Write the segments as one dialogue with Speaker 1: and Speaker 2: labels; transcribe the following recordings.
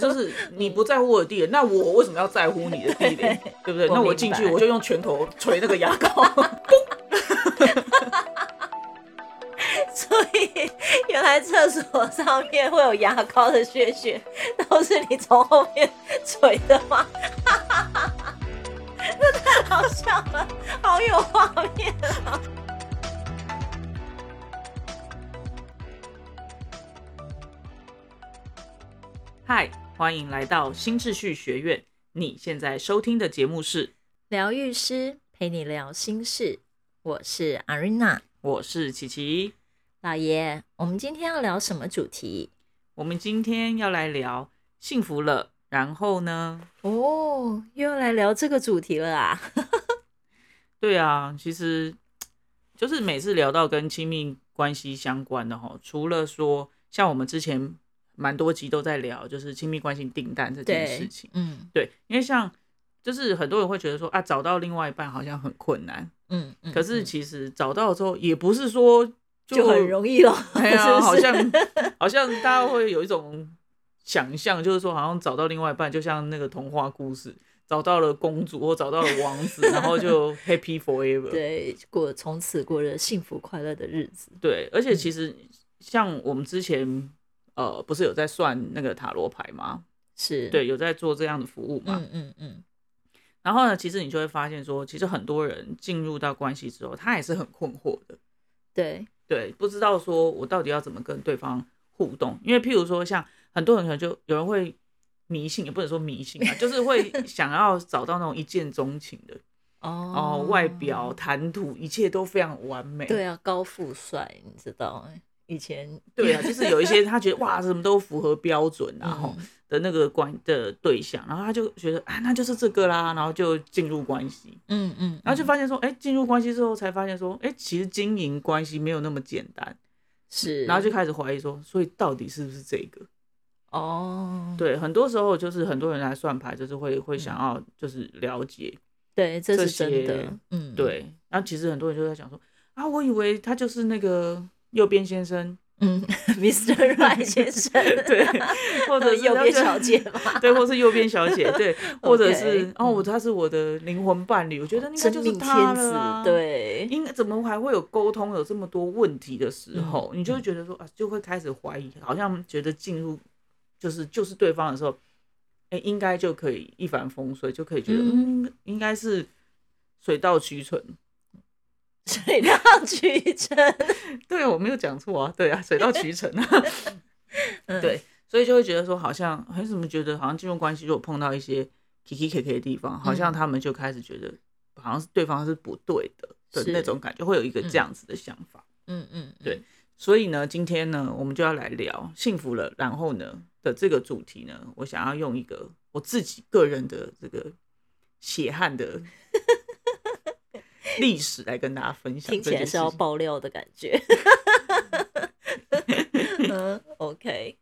Speaker 1: 就是你不在乎我的地雷，那我为什么要在乎你的地 雷？对不对？
Speaker 2: 我
Speaker 1: 那我
Speaker 2: 明
Speaker 1: 进
Speaker 2: 白
Speaker 1: 去我就用拳头捶那个牙膏。
Speaker 2: 所以原来厕所上面会有牙膏的屑屑，都是你从后面捶的吗？ 那太好笑了，好有画面啊！
Speaker 1: 嗨，欢迎来到新秩序学院。你现在收听的节目是，
Speaker 2: 疗愈师陪你聊心事，我是阿瑞娜
Speaker 1: 我是琪琪。
Speaker 2: 老爷。我们今天要聊什么主题？
Speaker 1: 我们今天要来聊幸福了，然后呢？
Speaker 2: 哦，又要来聊这个主题了啊！
Speaker 1: 对啊，其实就是每次聊到跟亲密关系相关的哈，除了说像我们之前蛮多集都在聊，就是亲密关系订单这件事
Speaker 2: 对
Speaker 1: 情，。
Speaker 2: 嗯
Speaker 1: 对，因为像就是很多人会觉得说啊，找到另外一半好像很困难，
Speaker 2: 嗯嗯，
Speaker 1: 可是
Speaker 2: 嗯
Speaker 1: 其实找到之后也不是说就
Speaker 2: 就很容易咯，
Speaker 1: 哎呀，
Speaker 2: 是不是
Speaker 1: 好像好像大家会有一种想象，就是说好像找到另外一半，就像那个童话故事，找到了公主或找到了王子，然后就 happy forever。
Speaker 2: 对过从此过着幸福快乐的日子。
Speaker 1: 对而
Speaker 2: 嗯
Speaker 1: 且其实像我们之前呃，不是有在算那个塔罗牌吗？
Speaker 2: 是，
Speaker 1: 对，啊有在做这样的服务嘛？
Speaker 2: 嗯嗯嗯，
Speaker 1: 然后呢，其实你就会发现说，其实很多人进入到关系之后，他也是很困惑的。
Speaker 2: 对，
Speaker 1: 对，不知道说我到底要怎么跟对方互动，因为譬如说像很多人可能就有人会迷信，也不能说迷信啊，就是 会想要找到那种一见钟情的
Speaker 2: 哦
Speaker 1: 哦，外表、谈吐一切都非常完美。
Speaker 2: 对啊，高富帅，你知道欸以前
Speaker 1: 对啊，就是有一些他觉得哇，什么都符合标准然后
Speaker 2: 嗯
Speaker 1: 的那个关的对象，然后他就觉得啊，那就是这个啦，然后就进入关系，
Speaker 2: 嗯嗯，
Speaker 1: 然后就
Speaker 2: 嗯
Speaker 1: 发现说，哎，进入关系之后才发现说，哎，其实经营关系没有那么简单，
Speaker 2: 是，
Speaker 1: 然后就开始怀疑说，所以到底是不是这个？
Speaker 2: 哦，
Speaker 1: 对，很多时候就是很多人来算牌，就是会会
Speaker 2: 嗯
Speaker 1: 想要就是了解，
Speaker 2: 对，这
Speaker 1: 这
Speaker 2: 是真的
Speaker 1: 些，
Speaker 2: 嗯，，
Speaker 1: 对。那其实很多人就在想说啊，我以为他就是那个右边先 生，
Speaker 2: 嗯，Mr. Right 先生，
Speaker 1: 对，或者是
Speaker 2: 右
Speaker 1: 他
Speaker 2: 边
Speaker 1: 就
Speaker 2: 小姐 嘛，
Speaker 1: 对，或是右边小姐， 对，或者是
Speaker 2: OK，嗯
Speaker 1: 哦，我他是我的灵魂伴侣，我觉得应该
Speaker 2: 真
Speaker 1: 就是
Speaker 2: 命
Speaker 1: 他
Speaker 2: 天
Speaker 1: 了
Speaker 2: 子
Speaker 1: 啊、，
Speaker 2: 对，
Speaker 1: 应该怎么还会有沟通有这么多问题的时候，
Speaker 2: 嗯
Speaker 1: 你就会觉得说啊，就会开始怀疑，好像觉得进入就是就是对方的时候，哎、应该就可以一帆风顺，就可以觉得
Speaker 2: 嗯
Speaker 1: 嗯，应该是水到渠成。
Speaker 2: 水到渠成，
Speaker 1: 对，我没有讲错啊，对啊，水到渠成啊，
Speaker 2: 嗯
Speaker 1: 对，所以就会觉得说好像很什么觉得好像进入关系，如果碰到一些 k k k k 的地方，好像
Speaker 2: 嗯
Speaker 1: 他们就开始觉得好像是对方是不对的的
Speaker 2: 是
Speaker 1: 那种感觉，会有一个
Speaker 2: 嗯
Speaker 1: 这样子的想法。
Speaker 2: 嗯嗯，嗯
Speaker 1: 对所以呢，今天呢，我们就要来聊幸福了，然后呢的这个主题呢，我想要用一个我自己个人的这个血汗 的历史来跟大家分享
Speaker 2: 听
Speaker 1: 这
Speaker 2: 起来
Speaker 1: 件
Speaker 2: 是
Speaker 1: 事
Speaker 2: 要
Speaker 1: 情。
Speaker 2: 爆料的感觉。 嗯，OK，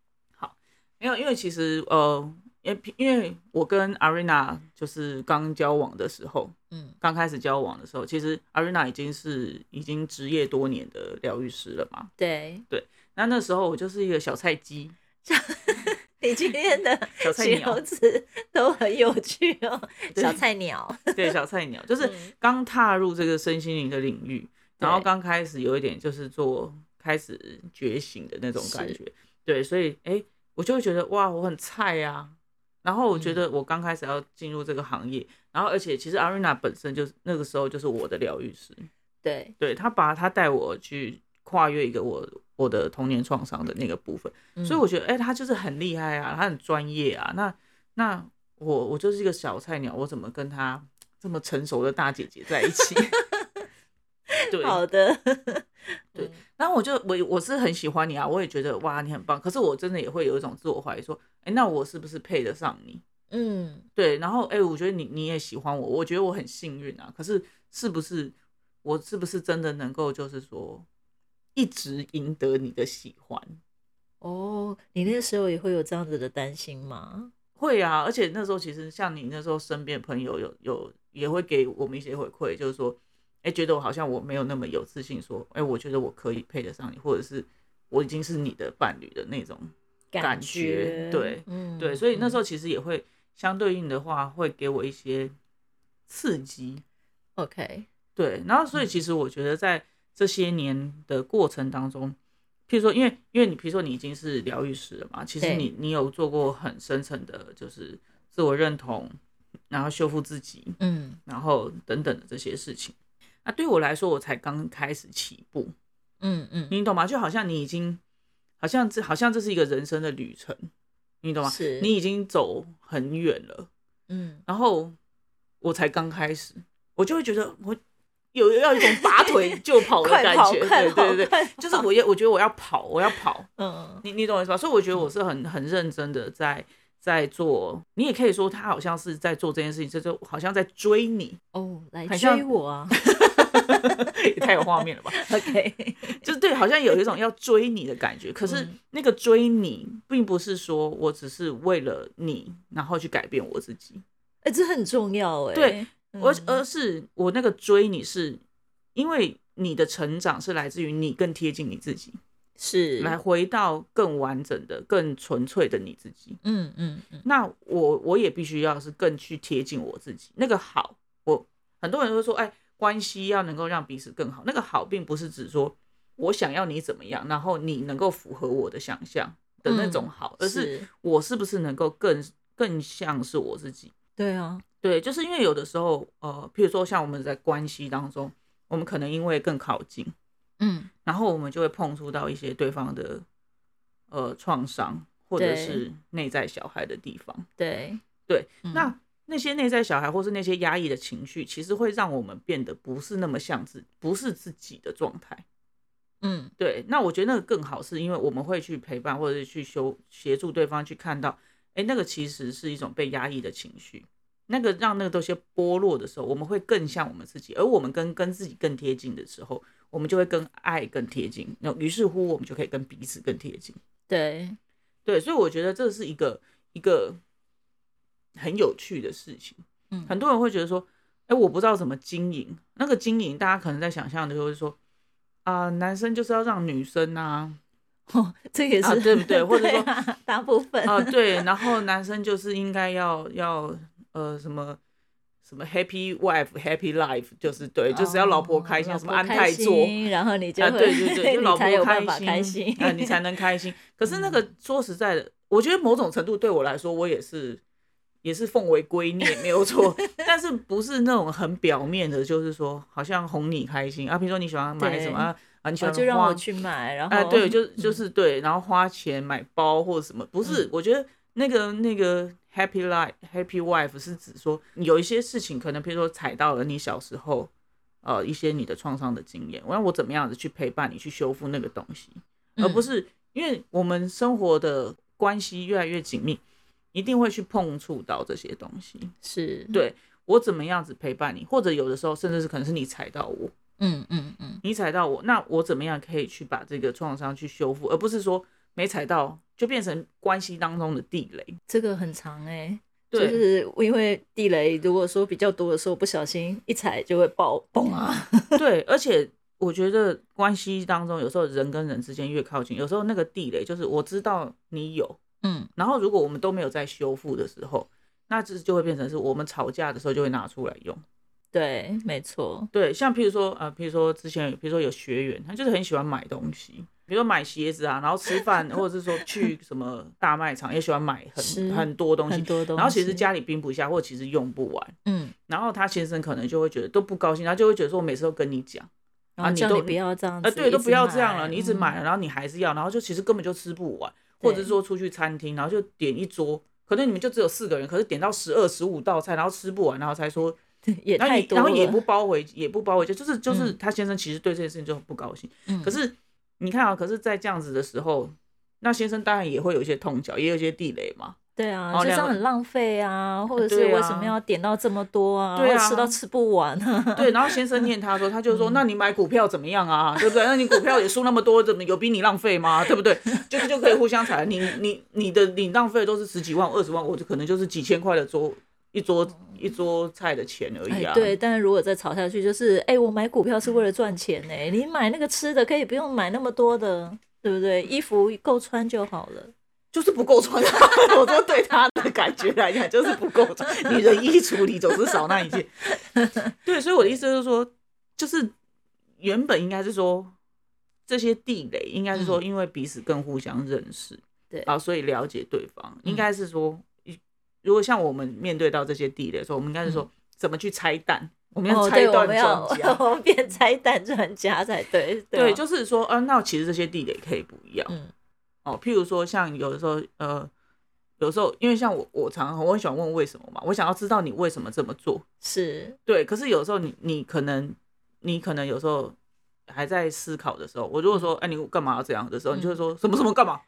Speaker 1: 没有，因为其实呃，因为因为我跟 Arena 就是刚交往的时候，
Speaker 2: 嗯，
Speaker 1: 刚开始交往的时候，其实 Arena 已经是已经职业多年的疗愈师了嘛。
Speaker 2: 对，
Speaker 1: 那那时候我就是一个小菜鸡，
Speaker 2: 你今天的
Speaker 1: 小菜
Speaker 2: 形
Speaker 1: 鸟
Speaker 2: 容，词都很有趣哦，
Speaker 1: 对
Speaker 2: 小菜鸟，
Speaker 1: 对，小菜鸟，就是
Speaker 2: 嗯
Speaker 1: 刚踏入这个身心灵的领域，
Speaker 2: 对
Speaker 1: 然后刚开始有一点就是做开始觉醒的那种感
Speaker 2: 是
Speaker 1: 觉，对，所以哎、诶我就会觉得哇，我很菜呀、然后我觉
Speaker 2: 嗯
Speaker 1: 得我刚开始要进入这个行业，然后而且其实阿瑞娜本身就是那个时候就是我的疗愈师，
Speaker 2: 对，
Speaker 1: 对她把她带我去跨越一个我我的童年创伤的那个部分，
Speaker 2: 嗯
Speaker 1: 所以我觉得，哎、他就是很厉害啊，他很专业啊。那那我我就是一个小菜鸟，我怎么跟他这么成熟的大姐姐在一起？对
Speaker 2: 嗯，好的，
Speaker 1: 对然后我就我我是很喜欢你啊，我也觉得哇，你很棒。可是我真的也会有一种自我怀疑，说，哎、那我是不是配得上你？
Speaker 2: 嗯，
Speaker 1: 对，然后哎、我觉得你你也喜欢我，我觉得我很幸运啊。可是是不是我是不是真的能够就是说一直赢得你的喜欢？
Speaker 2: 哦，你那时候也会有这样子的担心吗？
Speaker 1: 会啊，而且那时候其实像你那时候身边朋友有有也会给我们一些回馈，就是说，哎、觉得我好像我没有那么有自信，说，哎、我觉得我可以配得上你，或者是我已经是你的伴侣的那种感
Speaker 2: 觉
Speaker 1: 觉对，
Speaker 2: 嗯
Speaker 1: 对，所以那时
Speaker 2: 候
Speaker 1: 候其实也会相对应的话，会给我一些刺激。
Speaker 2: OK，
Speaker 1: 对，然后
Speaker 2: 嗯
Speaker 1: 所以其实我觉得在这些年的过程当中，譬如说，因为因为你譬如说你已经是疗愈师了嘛，其实
Speaker 2: 对
Speaker 1: 你你有做过很深层的，就是自我认同，然后修复自己，
Speaker 2: 嗯
Speaker 1: 然后等等的这些事情。那对我来说，我才刚开始起步，
Speaker 2: 嗯嗯，
Speaker 1: 你懂吗？就好像你已经，好像这好像这是一个人生的旅程，你懂吗？
Speaker 2: 是
Speaker 1: 你已经走很远了。
Speaker 2: 嗯
Speaker 1: 然后我才刚开始，我就会觉得我有要一种拔 腿就跑的
Speaker 2: 快
Speaker 1: 感
Speaker 2: 跑
Speaker 1: 觉，
Speaker 2: 快
Speaker 1: 对
Speaker 2: 跑
Speaker 1: 对对
Speaker 2: 快
Speaker 1: 对，就是我要我觉得我要跑，我要跑，
Speaker 2: 嗯
Speaker 1: 你你懂我意思吧？所以我觉得我是很很认真的在在做，你也可以说他好像是在做这件事情，这就好像在追你，
Speaker 2: 哦，来
Speaker 1: 很
Speaker 2: 追
Speaker 1: 像
Speaker 2: 我啊
Speaker 1: 也太有画面了吧？
Speaker 2: ，OK，
Speaker 1: 就是对，好像有一种要追你的感觉，可是
Speaker 2: 嗯
Speaker 1: 那个追你并不是说我只是为了你然后去改变我自己，
Speaker 2: 哎，这很重要哎，
Speaker 1: 对
Speaker 2: 嗯，
Speaker 1: 而而是我呃那个追你是，因为你的成长是来自于你更贴近你自己，
Speaker 2: 是
Speaker 1: 来，回到更完整的、更纯粹的你自己。
Speaker 2: 嗯嗯嗯，
Speaker 1: 那我我也必须要是更去贴近我自己。那个好，我很多人会说，哎，关系要能够让彼此更好。那个好，并不是指说我想要你怎么样，然后你能够符合我的想象的那种
Speaker 2: 嗯
Speaker 1: 好，而是我是不是能够更更像是我自己。
Speaker 2: 对啊，
Speaker 1: 对，就是因为有的时候，呃，譬如说像我们在关系当中，我们可能因为更靠近，
Speaker 2: 嗯
Speaker 1: 然后我们就会碰触到一些对方的呃创伤，或者
Speaker 2: 对
Speaker 1: 是内在小孩的地方。
Speaker 2: 对，
Speaker 1: 对，
Speaker 2: 嗯
Speaker 1: 那那些内在小孩或是那些压抑的情绪，其实会让我们变得不是那么像自，不是自己的状态。
Speaker 2: 嗯
Speaker 1: 对，那我觉得那个更好，是因为我们会去陪伴或者是去修协助对方去看到，哎，那个其实是一种被压抑的情绪，那个让那个东西剥落的时候，我们会更像我们自己，而我们跟跟自己更贴近的时候，我们就会跟爱更贴近，那于是乎我们就可以跟彼此更贴近。
Speaker 2: 对，
Speaker 1: 对，所以我觉得这是一个一个很有趣的事情。
Speaker 2: 嗯
Speaker 1: 很多人会觉得说，哎、我不知道怎么经营。那个经营，大家可能在想象的就是说，啊、男生就是要让女生 啊，
Speaker 2: 哦， 这也
Speaker 1: 啊
Speaker 2: 是
Speaker 1: 对不对或者说
Speaker 2: 啊大部分
Speaker 1: 啊、对，然后男生就是应该要要呃什么。什么 happy wife happy life 就是对，就是要老婆开心，
Speaker 2: 哦
Speaker 1: 什么
Speaker 2: 老婆
Speaker 1: 安泰座
Speaker 2: 开心然后你就
Speaker 1: 啊，
Speaker 2: 会
Speaker 1: 对对 对，就老
Speaker 2: 你才有
Speaker 1: 婆
Speaker 2: 办法开
Speaker 1: 开
Speaker 2: 心嗯
Speaker 1: 心，啊，你才能开心。可是那个说实在的，我觉得某种程度对我来说，我也是也是奉为圭臬，没有错。 但是不是那种很表面的，就是说好像哄你开心啊，比如说你喜欢买什么啊，啊你喜
Speaker 2: 哦
Speaker 1: 欢
Speaker 2: 就让 我
Speaker 1: 花
Speaker 2: 去买，然后
Speaker 1: 啊，对，就
Speaker 2: 嗯
Speaker 1: 就是对，然后花钱买包或者什么，不是，我觉得那个那个 happy life happy wife 是指说有一些事情可能，比如说踩到了你小时候呃一些你的创伤的经验，那我怎么样子去陪伴你去修复那个东西，而不
Speaker 2: 嗯
Speaker 1: 是因为我们生活的关系越来越紧密，一定会去碰触到这些东西。
Speaker 2: 是，
Speaker 1: 对我怎么样子陪伴你，或者有的时候甚至是可能是你踩到我，
Speaker 2: 嗯嗯嗯，
Speaker 1: 你踩到我，那我怎么样可以去把这个创伤去修复，而不是说没踩到就变成关系当中的地雷。
Speaker 2: 这个很长哎。就
Speaker 1: 对
Speaker 2: 是因为地雷，如果说比较多的时候，不小心一踩就会爆 嘣啊！
Speaker 1: 对，而且我觉得关系当中有时候人跟人之间越靠近，有时候那个地雷就是我知道你有，
Speaker 2: 嗯，
Speaker 1: 然后如果我们都没有在修复的时候，那这就会变成是我们吵架的时候就会拿出来用。
Speaker 2: 对，没错，
Speaker 1: 对，像譬如说呃，譬如说之前譬如说有学员，他就是很喜欢买东西。比如说买鞋子啊，然后吃饭，或者是说去什么大卖场，也喜欢买
Speaker 2: 是
Speaker 1: 很很多东西
Speaker 2: 很，多东西。
Speaker 1: 然后其实，家里冰不下，或其实用不完，
Speaker 2: 嗯，
Speaker 1: 然后他先生可能就会觉得都不高兴，他就会觉得说我每次都跟你讲，
Speaker 2: 然后
Speaker 1: 啊你
Speaker 2: 叫你
Speaker 1: 都
Speaker 2: 不要这样子，
Speaker 1: 呃，对，都
Speaker 2: 一
Speaker 1: 不
Speaker 2: 直
Speaker 1: 要这样了，
Speaker 2: 买嗯
Speaker 1: 你一直买，了，然后你还是要，然后就其实根本就吃不完，或者
Speaker 2: 对
Speaker 1: 是说出去餐厅，然后就点一桌，可能你们就只有四个人，可是点到十二、十五道菜，然后吃不完，然后才说，
Speaker 2: 嗯也
Speaker 1: 然后
Speaker 2: 太
Speaker 1: 也
Speaker 2: 多
Speaker 1: 然
Speaker 2: 了，
Speaker 1: 后也不包回，也不包回去，就是就是
Speaker 2: 嗯
Speaker 1: 他先生其实对这件事情就很不高兴，
Speaker 2: 嗯，
Speaker 1: 可是你看啊，可是，在这样子的时候。那先生当然也会有一些痛脚，也有一些地雷嘛。
Speaker 2: 对啊，
Speaker 1: 哦
Speaker 2: 就这
Speaker 1: 两
Speaker 2: 样
Speaker 1: 个
Speaker 2: 很浪费啊，或者是
Speaker 1: 对啊
Speaker 2: 为什么要点到这么多啊，
Speaker 1: 对啊
Speaker 2: 或者吃到吃不完 啊，
Speaker 1: 对，然后先生念他说，他就
Speaker 2: 嗯
Speaker 1: 说，那你买股票怎么样啊？对不对？那你股票也输那么多，怎么有比你浪费吗？对不对？就是就可以互相踩。你你你的你浪费的都是十几万、二十万，我就可能就是几千块的桌一桌一桌菜的钱而 已啊。
Speaker 2: 哎，对，但是如果再吵下去，就是哎、我买股票是为了赚钱呢、你买那个吃的可以不用买那么多的，对不对？衣服够穿就好了。
Speaker 1: 就是不够穿。啊 我说对他的感觉来讲，就是不够穿。女人衣橱里总是少那一 件。对，所以我的意思就是说，就是原本应该是说这些地雷，应该是说因为彼此更互相认识，
Speaker 2: 嗯对嗯
Speaker 1: 啊，所以了解对方，应该是说，如果像我们面对到这些地雷的时候，我们应该是说怎么去拆弹，我们要
Speaker 2: 嗯哦，
Speaker 1: 拆
Speaker 2: 对，我
Speaker 1: 断
Speaker 2: 们要
Speaker 1: 专家。
Speaker 2: 我们变拆弹专家才对。
Speaker 1: 对，
Speaker 2: 啊
Speaker 1: 就是说，啊，那其实这些地雷可以不一样。
Speaker 2: 嗯
Speaker 1: 哦，譬如说像有的时候，呃，有时候因为像我，我常常我很喜欢问为什么嘛，我想要知道你为什么这么做。
Speaker 2: 是
Speaker 1: 对，可是有时候你你可能你可能有时候还在思考的时候，我如果说哎、你干嘛要这样的时候，你就会说什么什么 干嘛？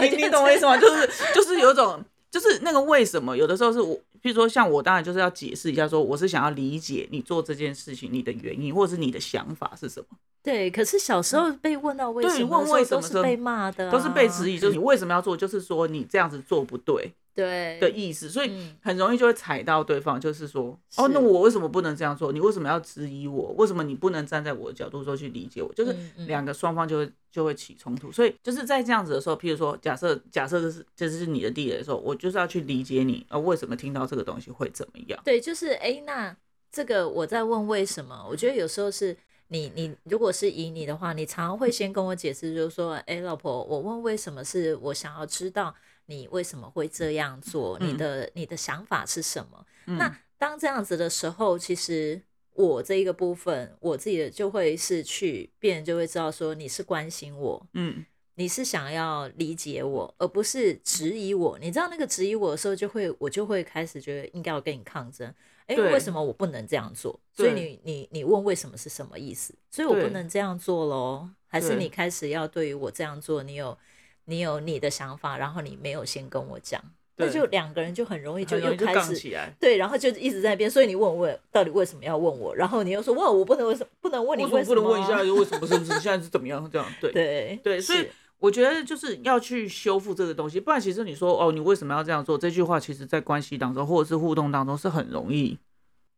Speaker 1: 你你懂我意思吗？就是就是有一种就是那个为什么，有的时候是我，譬如说像我，当然就是要解释一下，说我是想要理解你做这件事情你的原因，或者是你的想法是什么。
Speaker 2: 对，可是小时候被问到为
Speaker 1: 对
Speaker 2: 什么的时候，
Speaker 1: 问为什么
Speaker 2: 都
Speaker 1: 时
Speaker 2: 是
Speaker 1: 候
Speaker 2: 被骂的啊、
Speaker 1: 都是被质疑，就是你为什么要做，就是说你这样子做不对
Speaker 2: 对
Speaker 1: 的意思，所以
Speaker 2: 嗯
Speaker 1: 很容易就会踩到对方，就是说，哦，
Speaker 2: 是
Speaker 1: 那我为什么不能这样做？你为什么要质疑我？为什么你不能站在我的角度说去理解我？就是
Speaker 2: 嗯嗯
Speaker 1: 两个双方就会就会起冲突，所以就是在这样子的时候，譬如说，假设假设这是这是你的地雷的时候，我就是要去理解你，呃，为什么听到这个东西会怎么样？
Speaker 2: 对，就是哎、诶那这个我在问为什么？我觉得有时候是你，你如果是以你的话，你常常会先跟我解释，就是说，哎、老婆，我问为什么是我想要知道你为什么会这样做，你
Speaker 1: 嗯
Speaker 2: 的你的想法是什么？
Speaker 1: 嗯
Speaker 2: 那当这样子的时候，其实我这一个部分，我自己的就会是去，别人就会知道说你是关心我，
Speaker 1: 嗯，
Speaker 2: 你是想要理解我，而不是质疑我。你知道那个质疑我的时候，就会我就会开始觉得应该要跟你抗争。哎、
Speaker 1: 对
Speaker 2: 为什么我不能这样做？所以
Speaker 1: 对
Speaker 2: 你你你问为什么是什么意思？所以我不
Speaker 1: 对
Speaker 2: 能这样做喽？还是
Speaker 1: 对
Speaker 2: 你开始要对于我这样做，你有你有你的想法，然后你没有先跟我讲，那
Speaker 1: 对
Speaker 2: 就两个人就很容易就
Speaker 1: 很容
Speaker 2: 又
Speaker 1: 易就
Speaker 2: 开
Speaker 1: 杠
Speaker 2: 始
Speaker 1: 起来。
Speaker 2: 对，然后就一直在那边，所以你问我到底为什么要问我，然后你又说哇，我不能为什么不能问你
Speaker 1: 为什么
Speaker 2: 什
Speaker 1: 不
Speaker 2: 么
Speaker 1: 能问一
Speaker 2: 啊
Speaker 1: 下，为什么是不是现在是怎么样？这样对
Speaker 2: 对
Speaker 1: 对，所以
Speaker 2: 是
Speaker 1: 我觉得就是要去修复这个东西，不然其实你说哦，你为什么要这样做？这句话其实在关系当中或者是互动当中是很容易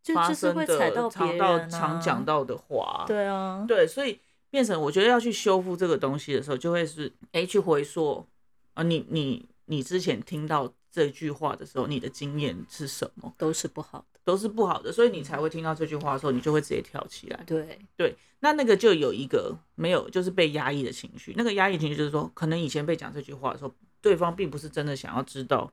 Speaker 2: 就
Speaker 1: 发
Speaker 2: 就是
Speaker 1: 生
Speaker 2: 会
Speaker 1: 的，
Speaker 2: 踩到别
Speaker 1: 常
Speaker 2: 人、
Speaker 1: 到
Speaker 2: 啊、
Speaker 1: 常讲到的话，
Speaker 2: 对啊，
Speaker 1: 对，所以变成我觉得要去修复这个东西的时候，就会是哎、诶去回溯啊，你你你之前听到这句话的时候，你的经验是什么？
Speaker 2: 都是不好的。
Speaker 1: 都是不好的，所以你才会听到这句话的时候，你就会直接跳起来。
Speaker 2: 对，
Speaker 1: 对，那那个就有一个没有，就是被压抑的情绪。那个压抑情绪就是说，可能以前被讲这句话的时候，对方并不是真的想要知道，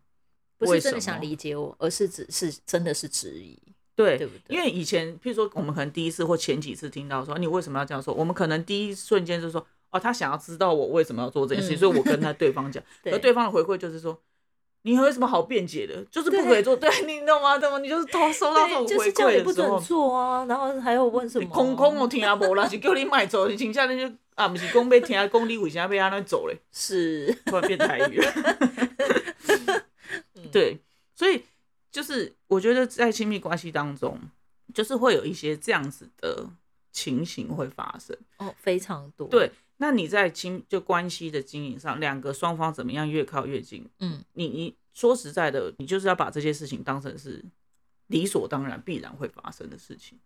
Speaker 2: 不是
Speaker 1: 为
Speaker 2: 真
Speaker 1: 什
Speaker 2: 的想
Speaker 1: 么
Speaker 2: 理解我，而是只是真的是质疑。
Speaker 1: 对，
Speaker 2: 对不对
Speaker 1: 因为以前，譬如说，我们可能第一次或前几次听到说你为什么要这样说，我们可能第一瞬间就说哦，他想要知道我为什么要做这件事情，
Speaker 2: 嗯
Speaker 1: 所以我跟他对 方讲，
Speaker 2: 对
Speaker 1: 而对方的回馈就是说。你有什么好辩解的？就是不可以做，对你懂吗？懂吗？你就是偷收到这种
Speaker 2: 对，就
Speaker 1: 回
Speaker 2: 是叫你
Speaker 1: 馈
Speaker 2: 不
Speaker 1: 的时候
Speaker 2: 准，做啊，然后还有问什
Speaker 1: 你
Speaker 2: 么啊
Speaker 1: 空空哦我听阿啊无啦，是叫你卖走，你请下那就啊，不是讲被听讲你为啥被安那走嘞？
Speaker 2: 是
Speaker 1: 突然变台语了。对，所以就是我觉得在亲密关系当中，就是会有一些这样子的情形会发生。
Speaker 2: 哦，非常多。
Speaker 1: 对，，那你在亲就关系的经营上，两个双方怎么样越靠越近？
Speaker 2: 嗯，
Speaker 1: 你你说实在的，你就是要把这些事情当成是理所当然、必然会发生的事情。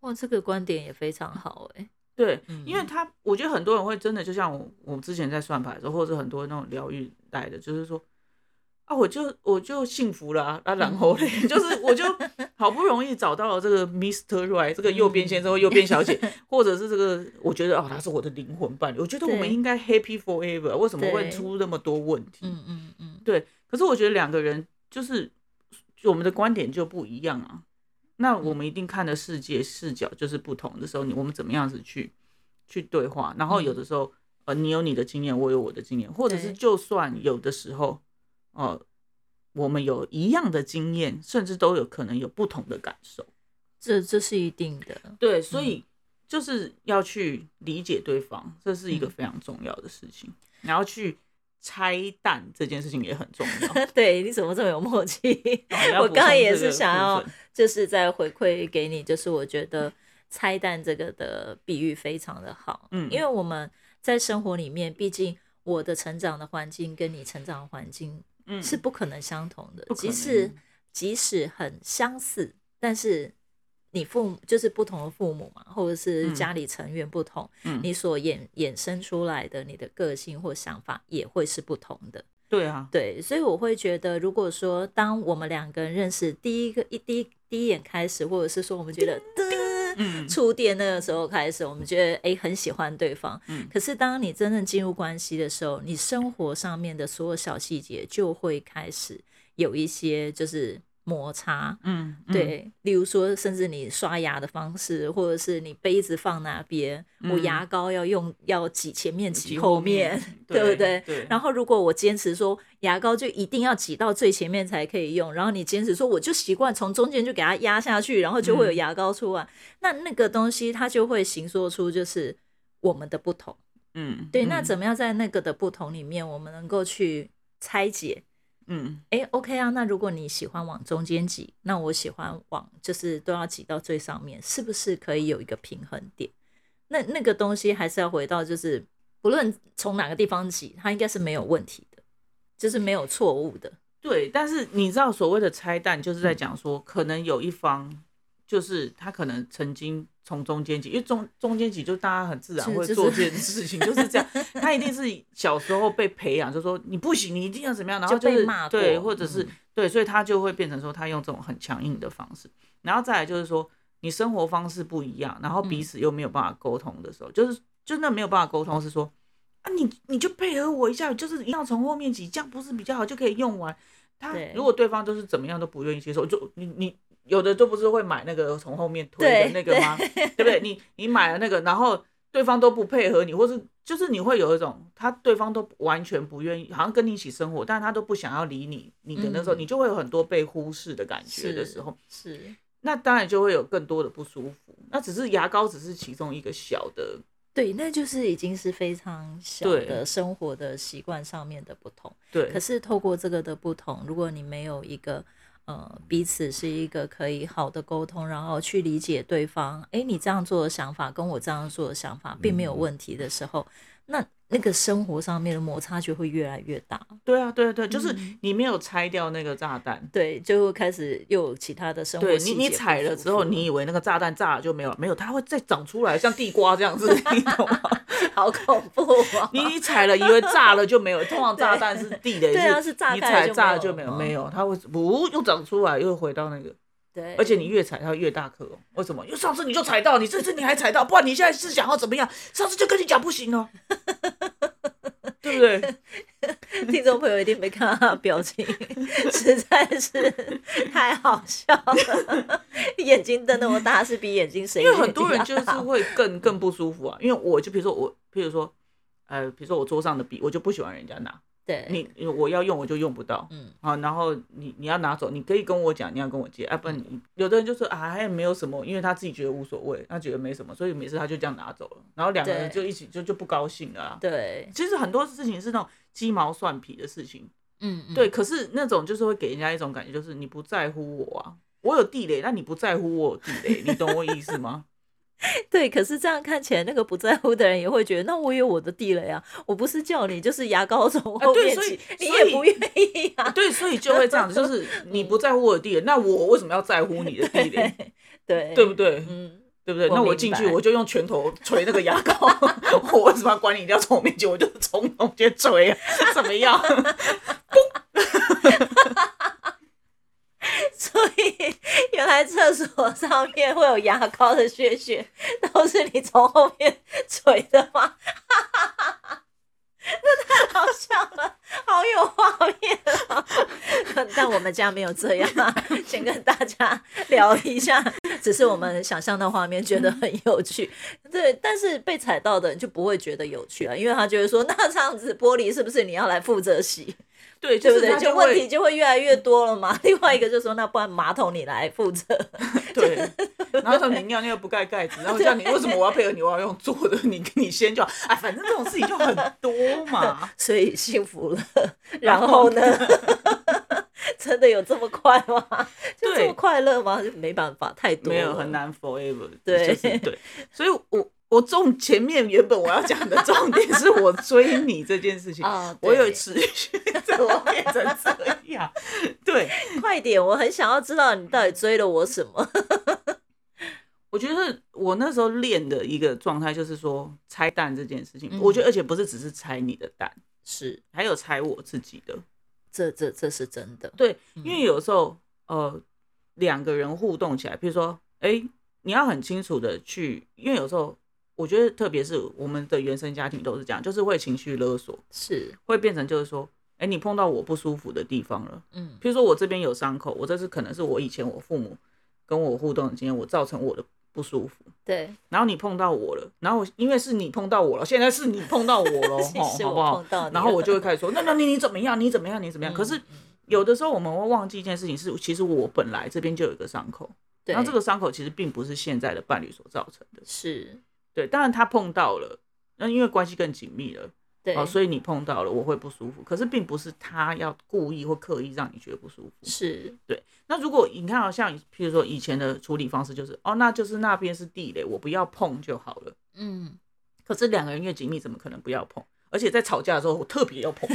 Speaker 2: 哇，这个观点也非常好哎、
Speaker 1: 对，
Speaker 2: 嗯
Speaker 1: 因为他，我觉得很多人会真的，就像我，我之前在算牌的时候，或者是很多那种疗愈来的，就是说，啊，我就我就幸福了啊，啊然后嘞，
Speaker 2: 嗯
Speaker 1: 就是我就好不容易找到了这个 Mr. Right，这个右边先生或
Speaker 2: 嗯
Speaker 1: 右边小姐，或者是这个，我觉得啊，他是我的灵魂伴侣，我觉得我们
Speaker 2: 对
Speaker 1: 应该 happy forever，为什么会
Speaker 2: 对
Speaker 1: 出那么多问题？
Speaker 2: 嗯嗯嗯，
Speaker 1: 对，可是我觉得两个人就是我们的观点就不一样啊。那我们一定看的世界视角就是不同的时候，你我们怎么样子去去对话？然后有的时候，呃，你有你的经验，我有我的经验，或者是
Speaker 2: 对
Speaker 1: 就算有的时候，呃，我们有一样的经验，甚至都有可能有不同的感受。嗯
Speaker 2: 这这是一定的。
Speaker 1: 对，所以就是要去理解对方，这是一个非常重要的事情。然后去拆弹这件事情也很重要。
Speaker 2: 对，你怎么这么有默契？
Speaker 1: 哦要
Speaker 2: 我
Speaker 1: 补
Speaker 2: 刚
Speaker 1: 充
Speaker 2: 刚也
Speaker 1: 这
Speaker 2: 是
Speaker 1: 个
Speaker 2: 想
Speaker 1: 部
Speaker 2: 要
Speaker 1: 分
Speaker 2: 就是在回馈给你，就是我觉得拆弹这个的比喻非常的好，
Speaker 1: 嗯
Speaker 2: 因为我们在生活里面，毕竟我的成长的环境跟你成长的环境
Speaker 1: 嗯
Speaker 2: 是不可能相同的，
Speaker 1: 不可
Speaker 2: 即
Speaker 1: 能
Speaker 2: 使即使很相似，但是你父母就是不同的父母嘛，或者是家里成员不同，
Speaker 1: 嗯
Speaker 2: 你所衍衍生出来的你的个性或想法也会是不同的。
Speaker 1: 对啊，
Speaker 2: 对，所以我会觉得，如果说当我们两个人认识第一个一第一第一眼开始，或者是说我们觉得噔
Speaker 1: 嗯
Speaker 2: 触电那个时候开始，我们觉得哎、诶很喜欢对方，
Speaker 1: 嗯
Speaker 2: 可是当你真正进入关系的时候，你生活上面的所有小细节就会开始有一些就是摩擦。
Speaker 1: 嗯，嗯，
Speaker 2: 对，例如说，甚至你刷牙的方式，或者是你杯子放哪边，我
Speaker 1: 嗯
Speaker 2: 牙膏要用要挤前面
Speaker 1: 及
Speaker 2: 挤后面，对不对
Speaker 1: 对？对
Speaker 2: 然后如果我坚持说牙膏就一定要挤到最前面才可以用，然后你坚持说我就习惯从中间就给它压下去，然后就会有
Speaker 1: 嗯
Speaker 2: 牙膏出来，那那个东西它就会形塑出就是我们的不同。
Speaker 1: 嗯，
Speaker 2: 对，那
Speaker 1: 嗯
Speaker 2: 怎么样在那个的不同里面，我们能够去拆解？
Speaker 1: 嗯
Speaker 2: 哎，OK 啊，那如果你喜欢往中间挤，那我喜欢往就是都要挤到最上面，是不是可以有一个平衡点？那那个东西还是要回到就是，不论从哪个地方挤，它应该是没有问题的，就是没有错误的。
Speaker 1: 对，但是你知道所谓的拆弹，就是
Speaker 2: 嗯
Speaker 1: 在讲说，可能有一方就是他可能曾经从中间挤，因为中中间挤就大家很自然
Speaker 2: 是
Speaker 1: 会
Speaker 2: 就是
Speaker 1: 做这件事情，就是这样。他一定是小时候被培养，就说你不行，你一定要怎么样，然后
Speaker 2: 就被
Speaker 1: 是
Speaker 2: 骂过
Speaker 1: 对，或者是
Speaker 2: 嗯
Speaker 1: 对，所以他就会变成说他用这种很强硬的方式，然后再来就是说你生活方式不一样，然后彼
Speaker 2: 嗯
Speaker 1: 此又没有办法沟通的时候，就是真的没有办法沟通，是说。啊，你你就配合我一下，就是一定要从后面挤，这样不是比较好，就可以用完。他
Speaker 2: 对
Speaker 1: 如果对方就是怎么样都不愿意接受，就你你有的就不是会买那个从后面推的
Speaker 2: 对
Speaker 1: 那个吗？对不对？你你买了那个，然后对方都不配合你，或是就是你会有一种他对方都完全不愿意，好像跟你一起生活，但他都不想要理你，你的那时候、
Speaker 2: 嗯
Speaker 1: 你就会有很多被忽视的感觉的时候，
Speaker 2: 是，
Speaker 1: 那当然就会有更多的不舒服。那只是牙膏只是其中一个小的，
Speaker 2: 对，那就是已经是非常小
Speaker 1: 对
Speaker 2: 的生活的习惯上面的不同。
Speaker 1: 对
Speaker 2: 可，是透过这个的不同，如果你没有一个呃彼此是一个可以好的沟通，然后去理解对方，诶，你这样做的想法跟我这样做的想
Speaker 1: 嗯
Speaker 2: 法并没有问题的时候，那那个生活上面的摩擦就会越来越大。
Speaker 1: 对啊，对啊对啊，就是
Speaker 2: 嗯
Speaker 1: 你没有拆掉那个炸弹。
Speaker 2: 对，就会开始又有其他的生活
Speaker 1: 对
Speaker 2: 细
Speaker 1: 你，你
Speaker 2: 节不
Speaker 1: 踩了
Speaker 2: 舒
Speaker 1: 之后，
Speaker 2: 服
Speaker 1: 你以为那个炸弹炸了就没有了，没有，它会再长出来，像地瓜这样子，你 懂吗？
Speaker 2: 好恐怖啊！
Speaker 1: 你你踩了以为炸了就没有，通常炸弹是地雷，
Speaker 2: 对啊
Speaker 1: 是
Speaker 2: 是炸
Speaker 1: 你
Speaker 2: 开
Speaker 1: 踩
Speaker 2: 了就
Speaker 1: 炸
Speaker 2: 没
Speaker 1: 了
Speaker 2: 有
Speaker 1: 就
Speaker 2: 了
Speaker 1: 没有，
Speaker 2: 吗
Speaker 1: 没有，它会呜又长出来，又回到那个，
Speaker 2: 对，
Speaker 1: 而且你越踩它越大颗、哦，为什么？因为上次你就踩到，你这次你还踩到，不然你现在是想要怎么样？上次就跟你讲不行哦， 对不对？
Speaker 2: 听众朋友一定没看到他的表情， 实在是太好笑了， 眼睛瞪那么大，是比眼睛谁？
Speaker 1: 因为很多人就是会更更不舒服啊，因为我就比如说我，比如说。呃，比如说我桌上的笔，我就不喜欢人家拿，
Speaker 2: 对，
Speaker 1: 你我要用我就用不到，
Speaker 2: 哎嗯，
Speaker 1: 好，然后你你要拿走，你可以跟我讲，你要跟我借，啊，不
Speaker 2: 嗯
Speaker 1: 然你有的人就说啊，也没有什么，因为他自己觉得无所谓，他觉得没什么，所以每次他就这样拿走了，然后两个人
Speaker 2: 对
Speaker 1: 就一起就就不高兴了、啊。
Speaker 2: 对，
Speaker 1: 其实很多事情是那种鸡毛蒜皮的事情，
Speaker 2: 嗯，嗯
Speaker 1: 对，可是那种就是会给人家一种感觉，就是你不在乎我啊，我有地雷，那你不在乎我有地雷，你懂我意思吗？
Speaker 2: 对。可是这样看起来，那个不在乎的人也会觉得，那我有我的地雷啊，我不是叫你，就是牙膏从后
Speaker 1: 啊对
Speaker 2: 面
Speaker 1: 所以
Speaker 2: 挤，你
Speaker 1: 所以
Speaker 2: 也不愿意啊。
Speaker 1: 对，所以就会这样子，就是你不在乎我的地雷，那我为什么要在乎你的地雷？
Speaker 2: 对，
Speaker 1: 对不对？
Speaker 2: 嗯，
Speaker 1: 对不对？
Speaker 2: 我
Speaker 1: 那我
Speaker 2: 明
Speaker 1: 进去
Speaker 2: 白
Speaker 1: 我就用拳头捶那个牙膏， 我为什么要管你一定要从我面前？我就从中间捶啊，怎么样？
Speaker 2: 所以原来厕所上面会有牙膏的屑屑，都是你从后面捶的吗？ 那太好笑了，好有画面哦！ 但我们家没有这样啊， 先跟大家聊一下，只是我们想象的画面觉得很有趣。对，但是被踩到的人就不会觉得有趣啊了，因为他觉得说， 那这样子玻璃是不是你要来负责洗？
Speaker 1: 对，
Speaker 2: 对
Speaker 1: 就
Speaker 2: 不
Speaker 1: 是
Speaker 2: 对？
Speaker 1: 他
Speaker 2: 就问题
Speaker 1: 会
Speaker 2: 就会越来越多了 嘛。另外一个就说，那不然马桶你来负责。。
Speaker 1: 对，然后说你尿尿不盖盖子，然后叫你为什么我要配合你，我要用做的，你你先就好，哎，反正这种事情就很多嘛
Speaker 2: 所以幸 福了，
Speaker 1: 然
Speaker 2: 然
Speaker 1: 后
Speaker 2: 后呢？ 真的有这么快吗？就
Speaker 1: 对
Speaker 2: 这么快乐吗？就没办法，太多了
Speaker 1: 没有很。难 forever，
Speaker 2: 对
Speaker 1: 就是对，所以我我重前面原本我要讲的重点是我追你这件事情，
Speaker 2: 啊
Speaker 1: 我有
Speaker 2: 对
Speaker 1: 持续怎么变成这样，对，
Speaker 2: 快点，我很想要知道你到底追了我什么。
Speaker 1: 我觉得我那时候练的一个状态就是说拆蛋这件事情，我觉得而且不是只是拆你的蛋，
Speaker 2: 是
Speaker 1: 还有拆我自己的。
Speaker 2: 这这这是真的，
Speaker 1: 对，因为有时候呃两个人互动起来，比如说哎、你要很清楚的去，因为有时候我觉得特别是我们的原生家庭都是这样，就是会情绪勒索，
Speaker 2: 是
Speaker 1: 会变成就是说，哎、你碰到我不舒服的地方了。
Speaker 2: 嗯
Speaker 1: 譬如说我这边有伤口，我这是可能是我以前我父母跟我互动的经验，我造成我的不舒服。
Speaker 2: 对，
Speaker 1: 然后你碰到我了，然后我因为是你碰到我了，现在是你碰到我 了，
Speaker 2: 其
Speaker 1: 吼
Speaker 2: 实
Speaker 1: 哦好
Speaker 2: 我
Speaker 1: 不好
Speaker 2: 碰到你？
Speaker 1: 然后我
Speaker 2: 了
Speaker 1: 就会开始说，那那你你怎么样？你怎么样？你怎么样？可是
Speaker 2: 嗯
Speaker 1: 有的时候我们会忘记一件事情是，其实我本来这边就有一个伤口，
Speaker 2: 对
Speaker 1: 然后这个伤口其实并不是现在的伴侣所造成的。
Speaker 2: 是
Speaker 1: 对，当然他碰到了，那因为关系更紧密了，
Speaker 2: 对，
Speaker 1: 哦，所以你碰到了我会不舒服，可是并不是他要故意或刻意让你觉得不舒服。
Speaker 2: 是
Speaker 1: 那如果你看好像，譬如说以前的处理方式就是，哦，那就是那边是地雷，我不要碰就好了。
Speaker 2: 嗯
Speaker 1: 可是两个人越紧密，怎么可能不要碰？而且在吵架的时候，我特别要碰，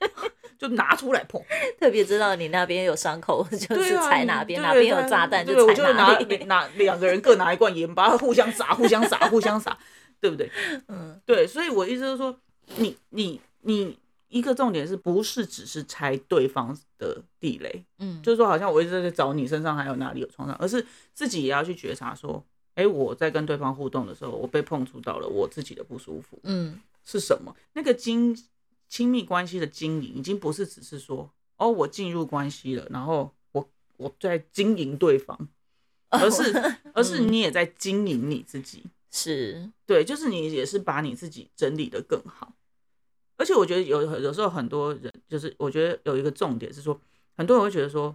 Speaker 1: 就拿出来碰。
Speaker 2: 特别知道你那边有伤口， 就是
Speaker 1: 对啊，
Speaker 2: 踩
Speaker 1: 你
Speaker 2: 哪边，
Speaker 1: 对
Speaker 2: 哪边有
Speaker 1: 对
Speaker 2: 炸弹
Speaker 1: 对，
Speaker 2: 就
Speaker 1: 我
Speaker 2: 踩
Speaker 1: 就拿
Speaker 2: 里。
Speaker 1: 拿两个人各拿一罐盐巴，互相撒，互相撒，互相撒， 对不对？
Speaker 2: 嗯，
Speaker 1: 对，所以我意思就是说，你你你一个重点是不是只是拆对方的地雷？
Speaker 2: 嗯，
Speaker 1: 就是说，好像我一直在找你身上还有哪里有创伤，而是自己也要去觉察说，哎、我在跟对方互动的时候，我被碰触到了我自己的不舒服
Speaker 2: 嗯
Speaker 1: 是什么？那个经亲密关系的经营，已经不是只是说，哦，我进入关系了，然后我我在经营对方， 而是、而是你也在经营你自己。
Speaker 2: 是
Speaker 1: 对，就是你也是把你自己整理的更好。而且我觉得有有时候很多人，就是我觉得有一个重点是说，很多人会觉得说，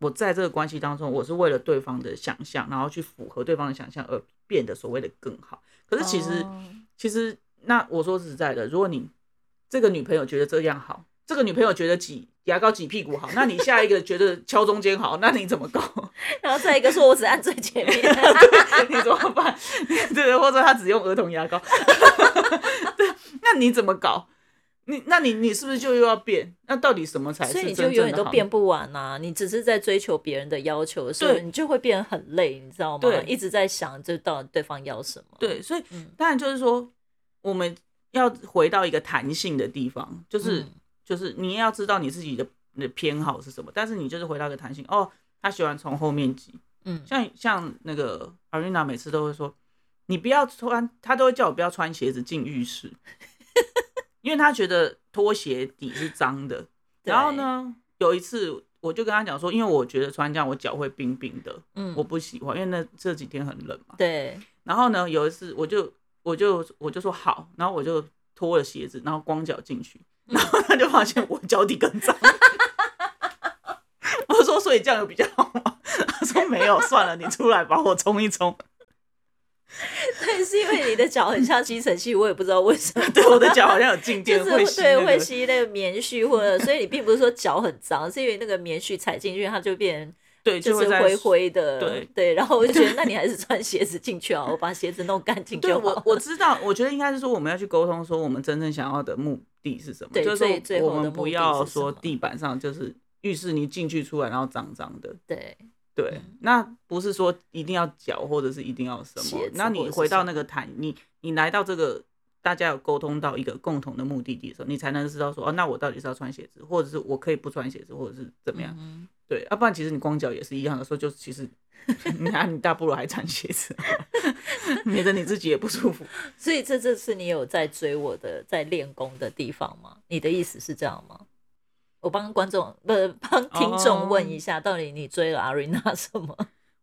Speaker 1: 我在这个关系当中，我是为了对方的想象，然后去符合对方的想象而变得所谓的更好。 可是其实、
Speaker 2: 哦
Speaker 1: 其实那我说实在的，如果你这个女朋友觉得这样好，这个女朋友觉得挤牙膏挤屁股好，那你下一个觉得敲中间好，那你怎么搞？
Speaker 2: 然后再一个说，我只按最前面，
Speaker 1: 你怎么办？对，或者他只用儿童牙膏， 对，那你怎么搞？你那你你是不是就又要变？那到底什么才是
Speaker 2: 所以你
Speaker 1: 真
Speaker 2: 就
Speaker 1: 正的
Speaker 2: 永远都
Speaker 1: 好
Speaker 2: 变不完呐、你只是在追求别人的要求的时候，
Speaker 1: 对
Speaker 2: 你就会变得很累，你知道吗
Speaker 1: 对？
Speaker 2: 一直在想，就到底对方要什么。
Speaker 1: 对，所以
Speaker 2: 嗯
Speaker 1: 当然就是说，我们要回到一个弹性的地方，就是、
Speaker 2: 嗯
Speaker 1: 就是你也要知道你自己的你的偏好是什么，但是你就是回到一个弹性。哦，他喜欢从后面挤，
Speaker 2: 嗯，
Speaker 1: 像像那个阿瑞娜每次都会说，你不要穿，她都会叫我不要穿鞋子进浴 室，因为她觉得拖鞋底是脏的。
Speaker 2: 对
Speaker 1: 然后？呢，有一次我就跟她讲说，因为我觉得穿这样我脚会冰冰的，
Speaker 2: 嗯，
Speaker 1: 我不喜欢，因为那这几天很冷嘛。
Speaker 2: 对，
Speaker 1: 然后呢，有一次我就我就我就说好，然后我就脱了鞋子，然后光脚进去，
Speaker 2: 嗯
Speaker 1: 然后他就发现我脚底更脏。 我说，所以这样有比较好吗？ 他说没有，算了，你出来把我冲一冲。
Speaker 2: 对，是因为你的脚很像吸尘器，我也不知道为什么。
Speaker 1: 对，我的脚好像有静电，
Speaker 2: 就是
Speaker 1: 会吸
Speaker 2: 对
Speaker 1: 那
Speaker 2: 会
Speaker 1: 个
Speaker 2: 吸那个棉絮，或者所以你并不是说脚很脏，是因为那个棉絮踩进去，它就变
Speaker 1: 对，
Speaker 2: 就
Speaker 1: 会
Speaker 2: 是
Speaker 1: 在
Speaker 2: 灰。灰的。
Speaker 1: 对
Speaker 2: 然后我就觉得，那你 还是穿鞋子进去啊，我把鞋子弄干净
Speaker 1: 对
Speaker 2: 就
Speaker 1: 我
Speaker 2: 好。
Speaker 1: 我知道，我觉得应该是说我们要去沟通，说我们真正想要的目的是什么，
Speaker 2: 对
Speaker 1: 就是
Speaker 2: 最最后
Speaker 1: 我
Speaker 2: 的
Speaker 1: 们
Speaker 2: 目
Speaker 1: 不
Speaker 2: 的
Speaker 1: 要
Speaker 2: 是什
Speaker 1: 说
Speaker 2: 么
Speaker 1: 地板上就是浴室你进去出来然后脏脏的，
Speaker 2: 对，
Speaker 1: 对，
Speaker 2: 嗯
Speaker 1: 那不是说一定要脚或者是一定要什么
Speaker 2: 鞋，子
Speaker 1: 那
Speaker 2: 或
Speaker 1: 你
Speaker 2: 者是
Speaker 1: 回
Speaker 2: 什
Speaker 1: 到
Speaker 2: 么
Speaker 1: 那个谈，你你来到这个大家有沟通到一个共同的目的地的时候，你才能知道说哦，那我到底是要穿鞋子，或者是我可以不穿鞋子，或者是怎么样？
Speaker 2: 嗯
Speaker 1: 对，要、不然其实你光脚也是一样的，说就其实 你看你大不如还穿鞋子 好了，免得你自己也不舒服。
Speaker 2: 哼，所以这这次你有在追我的在练功的地方吗？你的意思是这样吗？我帮观众不是
Speaker 1: 哦
Speaker 2: 帮听众问一下，到底你追了阿瑞娜 什么？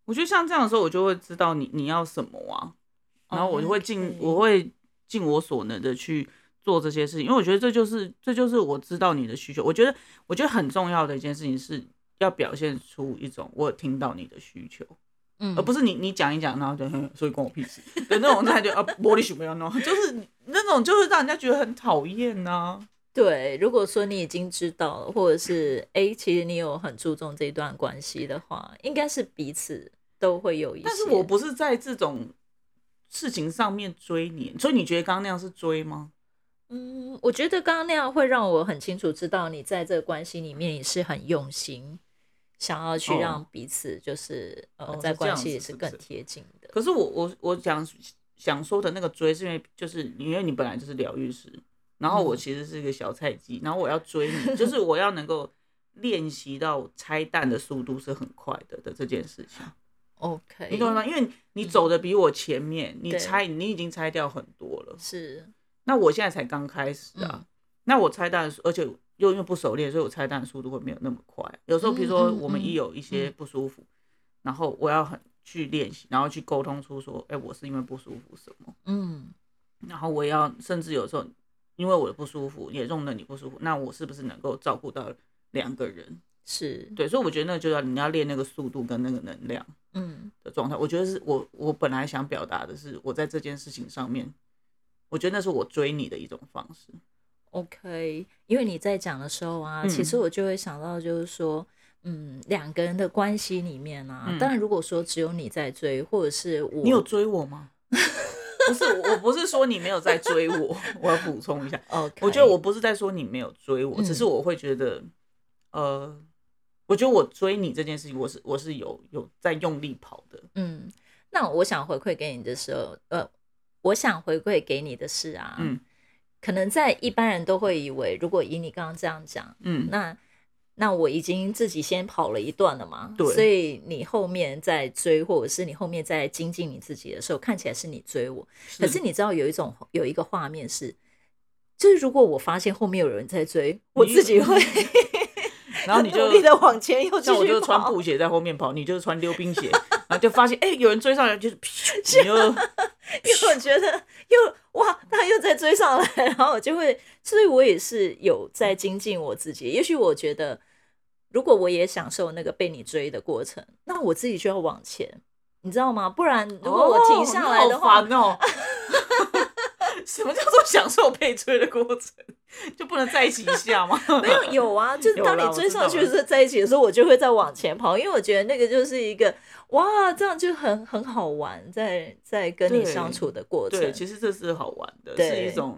Speaker 1: 我觉得像这样的时候，我就会知道你你要什么啊，然后我就会尽、
Speaker 2: 哦 OK
Speaker 1: 我会尽我所能的去做这些事情，因为我觉得这就是这就是我知道你的需求。我觉得我觉得很重要的一件事情是要表现出一种我有听到你的需求，
Speaker 2: 嗯
Speaker 1: 而不是你你讲一讲，然后就哼，所以关我屁事的那种态度啊，玻璃什么要弄，就是那种就是让人家觉得很讨厌呐。
Speaker 2: 对，如果说你已经知道了，或者是哎、诶其实你有很注重这一段关系的话，应该是彼此都会有一些。
Speaker 1: 但是我不是在这种事情上面追你，所以你觉得刚刚那样是追吗？
Speaker 2: 嗯，我觉得刚刚那样会让我很清楚知道你在这个关系里面你是很用心，想要去
Speaker 1: 哦
Speaker 2: 让彼此就是、
Speaker 1: 哦
Speaker 2: 呃
Speaker 1: 是
Speaker 2: 在
Speaker 1: 这
Speaker 2: 关
Speaker 1: 样
Speaker 2: 系
Speaker 1: 子
Speaker 2: 里
Speaker 1: 是不
Speaker 2: 更
Speaker 1: 是
Speaker 2: 贴近的。的。
Speaker 1: 可是我我我讲想说的那个追，是因为就是因为你本来就是疗愈师，然后我
Speaker 2: 嗯
Speaker 1: 其实是一个小菜鸡，然后我要追你，就是我要能够练习到拆弹的速度是很快的的这件事情，
Speaker 2: 哎 OK，
Speaker 1: 哦你懂吗？因为你走的比我前面，你
Speaker 2: 嗯对
Speaker 1: 拆你已经拆掉很多了，
Speaker 2: 是，
Speaker 1: 那我现在才刚开始
Speaker 2: 嗯
Speaker 1: 啊，那我拆弹的速，而且又因为不熟练，所以我拆弹的速度会没有那么快。有时候，比如说
Speaker 2: 嗯嗯
Speaker 1: 我们
Speaker 2: 嗯
Speaker 1: 一有一些不舒服，然后我要很去练习，然后去沟通出说，哎、我是因为不舒服什么，
Speaker 2: 嗯
Speaker 1: 然后我也要甚至有时候因为我的不舒服也容忍你不舒服，那我是不是能够照顾到两个人？
Speaker 2: 是，
Speaker 1: 对，所以我觉得那就要你要练那个速度跟那个能量
Speaker 2: 嗯
Speaker 1: 的状态。我觉得是我我本来想表达的是，我在这件事情上面，我觉得那是我追你的一种方式。
Speaker 2: OK，因为你在讲的时候啊，其实
Speaker 1: 嗯
Speaker 2: 我就会想到就是说。嗯，两个人的关系里面啊，
Speaker 1: 嗯
Speaker 2: 当然如果说只有你在追，或者是我，
Speaker 1: 你有追我吗？ 不是，我不是说你没有在追我，我要补充一下，
Speaker 2: OK，
Speaker 1: 我觉得我不是在说你没有追我，
Speaker 2: 嗯
Speaker 1: 只是我会觉得，呃，我觉得我追你这件事情，我是我是有有在用力跑的，
Speaker 2: 嗯，那我想回馈给你的时候，呃，我想回馈给你的是啊，
Speaker 1: 嗯
Speaker 2: 可能在一般人都会以为，如果以你刚刚这样讲，
Speaker 1: 嗯，
Speaker 2: 那那我已经自己先跑了一段了嘛，
Speaker 1: 对
Speaker 2: 所以你后面在追，或者是你后面在精进你自己的时候，看起来是你追我，可是你知道有一种有一个画面是。就是如果我发现后面有人在追，我
Speaker 1: 你
Speaker 2: 自己会
Speaker 1: 然后你就
Speaker 2: 努力的往前又继
Speaker 1: 像我
Speaker 2: 续
Speaker 1: 就穿
Speaker 2: 跑，
Speaker 1: 布鞋在后面跑，你就是穿溜冰鞋，然后就发现哎、有人追上来，就是你就
Speaker 2: 因为我觉得又哇，他又在追上来，然后我就会，所以我也是有在精进我自己。也许我觉得，如果我也享受那个被你追的过程，那我自己就要往前，你知道吗？不然如果我停下来的话，
Speaker 1: 哦你好烦哦。 什么叫做享受被追的过程？ 就不能在一起一下吗？
Speaker 2: 没有有啊，就是
Speaker 1: 有啦
Speaker 2: 当你追上去
Speaker 1: 我知
Speaker 2: 是在一起的时候，我就会再往前跑，因为我觉得那个就是一个哇，这样就很很好玩，在在跟你
Speaker 1: 对
Speaker 2: 相处的过程
Speaker 1: 对，。其实这是好玩的，
Speaker 2: 对
Speaker 1: 是一种，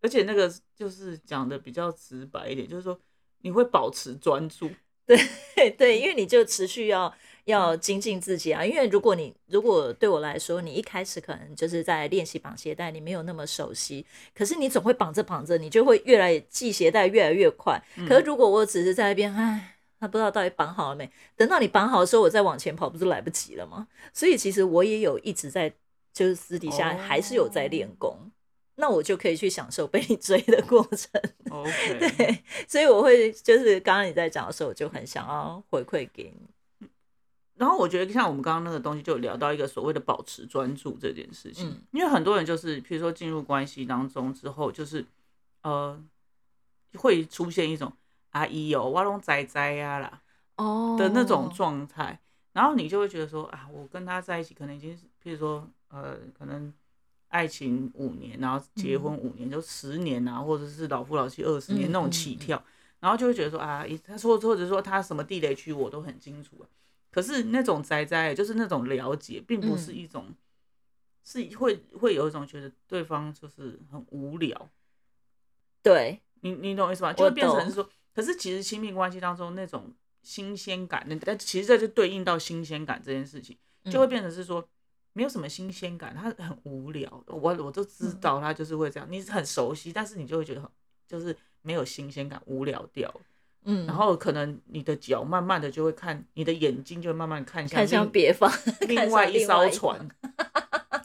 Speaker 1: 而且那个就是讲的比较直白一点，就是说你会保持专 注，
Speaker 2: 对 对，因为你就持续要要精进自己啊。因为如果你如果对我来说，你一开始可能就是在练习绑鞋带，你没有那么熟悉，可是你总会绑着绑着，你就会越来系鞋带越来越快。可是如果我只是在那边，唉。他不知道到底绑好了没？等到你绑好的时候，我再往前跑，不是来不及了吗？所以其实我也有一直在，就是私底下还是有在练功，那我就可以去享受被你追的过程。
Speaker 1: OK，
Speaker 2: 对，所以我会就是刚刚你在讲的时候，我就很想要回馈给你。
Speaker 1: 然后我觉得像我们刚刚那个东西，就有聊到一个所谓的保持专注这件事情，
Speaker 2: 嗯
Speaker 1: 因为很多人就是，譬如说进入关系当中之后，就是呃，会出现一种阿姨哦，哇龙仔仔呀啦
Speaker 2: 哦
Speaker 1: 的那种状态，然后你就会觉得说啊，我跟他在一起可能已经是，譬如说呃，可能爱情五年，然后结婚五年，就十年啊，或者是老夫老妻二十年
Speaker 2: 嗯
Speaker 1: 那种
Speaker 2: 嗯
Speaker 1: 起
Speaker 2: 嗯
Speaker 1: 跳，然后就会觉得说啊，一他说或者说他什么地雷区我都很清楚、啊，可是那种宅宅就是那种了解，并不是
Speaker 2: 嗯
Speaker 1: 一种。是会会有一种觉得对方就是很无聊，
Speaker 2: 对，
Speaker 1: 你你懂我意思吗？就
Speaker 2: 我
Speaker 1: 会变成
Speaker 2: 懂
Speaker 1: 是说，可是其实亲密关系当中那种新鲜感，那但其实这就对应到新鲜感这件事情，就会
Speaker 2: 嗯
Speaker 1: 变成是说没有什么新鲜感，他很无聊。我我都
Speaker 2: 嗯
Speaker 1: 知道他就是会这样，你很熟悉，但是你就会觉得很就是没有新鲜感，无聊掉了。
Speaker 2: 嗯，
Speaker 1: 然后可能你的脚慢慢的就会看，你的眼睛就会慢慢地看向
Speaker 2: 看向
Speaker 1: 另
Speaker 2: 别方，看
Speaker 1: 另
Speaker 2: 向
Speaker 1: 外一
Speaker 2: 另
Speaker 1: 艘
Speaker 2: 外一
Speaker 1: 船，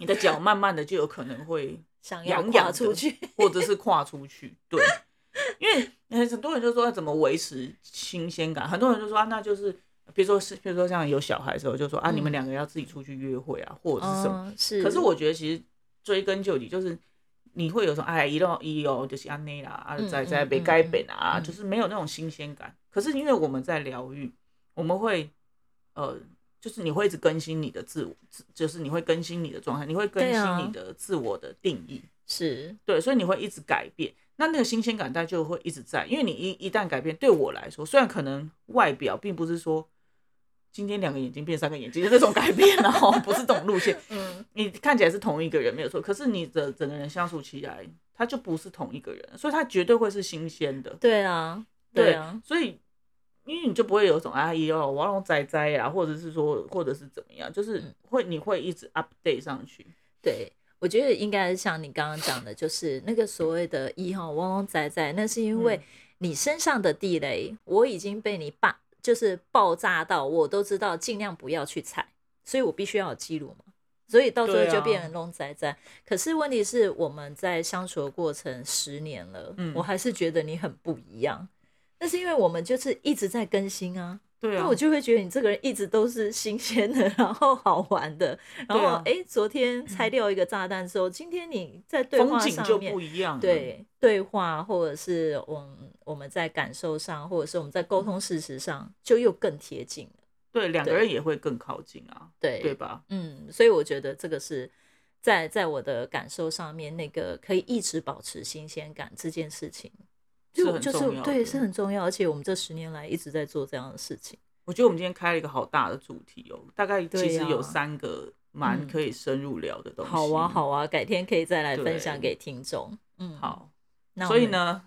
Speaker 1: 你的脚慢慢的就有可能会
Speaker 2: 想要
Speaker 1: 洋
Speaker 2: 跨
Speaker 1: 洋
Speaker 2: 出去，
Speaker 1: 或者是跨出去。对，因为呃很多人就说要怎么维持新鲜感，很多人就说啊，那就是比如说是，比如说像有小孩的时候，就说啊，
Speaker 2: 嗯
Speaker 1: 你们两个要自己出去约会啊，或者是什么。
Speaker 2: 嗯，是。
Speaker 1: 可是我觉得其实追根究底就是。你会有种哎，一到一哦，就是安内啦，啊，
Speaker 2: 嗯
Speaker 1: 在
Speaker 2: 嗯
Speaker 1: 在北
Speaker 2: 嗯
Speaker 1: 该
Speaker 2: 嗯
Speaker 1: 北啊，
Speaker 2: 嗯
Speaker 1: 就是没有那种新鲜感。可是因为我们在疗愈，我们会呃，就是你会一直更新你的自我，自就是你会更新你的状态，你会更
Speaker 2: 对啊
Speaker 1: 新你的自我的定义。
Speaker 2: 是
Speaker 1: 对，所以你会一直改变，那那个新鲜感它就会一直在，因为你一一旦改变，对我来说，虽然可能外表并不是说今天两个眼睛变三个眼睛的那种改变啊，哦，不是这种路线，
Speaker 2: 嗯，
Speaker 1: 你看起来是同一个人没有错，可是你的整个人相处起来，他就不是同一个人，所以他绝对会是新鲜的，
Speaker 2: 对啊，对啊，
Speaker 1: 所以。因为你就不会有一种阿姨哦，我要弄仔仔呀，或者是说，或者是怎么样，就是
Speaker 2: 嗯
Speaker 1: 会你会一直 update 上去。
Speaker 2: 对，我觉得应该是像你刚刚讲的，就是那个所谓的“一号汪汪仔仔”，那是因为
Speaker 1: 嗯
Speaker 2: 你身上的地雷，我已经被你霸，就是爆炸到，我都知道尽量不要去踩，所以我必须要有记录嘛。所以到最后
Speaker 1: 对啊
Speaker 2: 就变成弄仔仔。可是问题是，我们在相处的过程十年了，
Speaker 1: 嗯
Speaker 2: 我还是觉得你很不一样。那是因为我们就是一直在更新啊，
Speaker 1: 对啊，
Speaker 2: 那我就会觉得你这个人一直都是新鲜的，然后好玩的，然后
Speaker 1: 对啊
Speaker 2: 哎、诶昨天拆掉一个炸弹之后，今天你在对
Speaker 1: 风
Speaker 2: 话
Speaker 1: 景
Speaker 2: 上
Speaker 1: 就
Speaker 2: 面
Speaker 1: 不一样了。
Speaker 2: 对对话，或者是我们我们在感受上，或者是我们在沟通事实上，就又更贴近了。
Speaker 1: 对，两个
Speaker 2: 对
Speaker 1: 人也会更靠近啊，
Speaker 2: 对，
Speaker 1: 对吧？
Speaker 2: 嗯，所以我觉得这个是在在我的感受上面，那个可以一直保持新鲜感这件事情，
Speaker 1: 是
Speaker 2: 就
Speaker 1: 很
Speaker 2: 就
Speaker 1: 重要
Speaker 2: 是对
Speaker 1: 的
Speaker 2: 是很重要，而且我们这十年来一直在做这样的事情。
Speaker 1: 我觉得我们今天开了一个好大的主题哦，大概
Speaker 2: 对
Speaker 1: 其实有
Speaker 2: 啊
Speaker 1: 三个蛮
Speaker 2: 嗯
Speaker 1: 可以深入聊的东西。
Speaker 2: 好啊，好啊，改天可以再来分享
Speaker 1: 对
Speaker 2: 给听众。嗯，，
Speaker 1: 好，
Speaker 2: 那
Speaker 1: 所以，呢，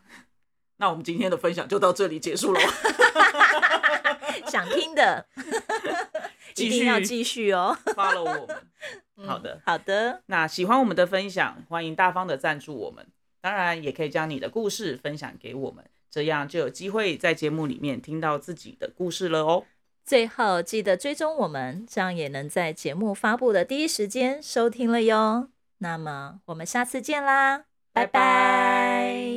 Speaker 1: 那我们今天的分享就到这里结 束了。
Speaker 2: 想听的
Speaker 1: 继
Speaker 2: 一定要
Speaker 1: 续
Speaker 2: 继续哦。嗯
Speaker 1: follow 我们。 好的
Speaker 2: 好的，
Speaker 1: 那喜欢我们的分享，欢迎大方的赞助我们，当然也可以将你的故事分享给我们，这样就有机会在节目里面听到自己的故事了哦。
Speaker 2: 最后记得追踪我们，这样也能在节目发布的第一时间收听了哟。那么我们下次见啦，拜
Speaker 1: 拜
Speaker 2: 拜
Speaker 1: 拜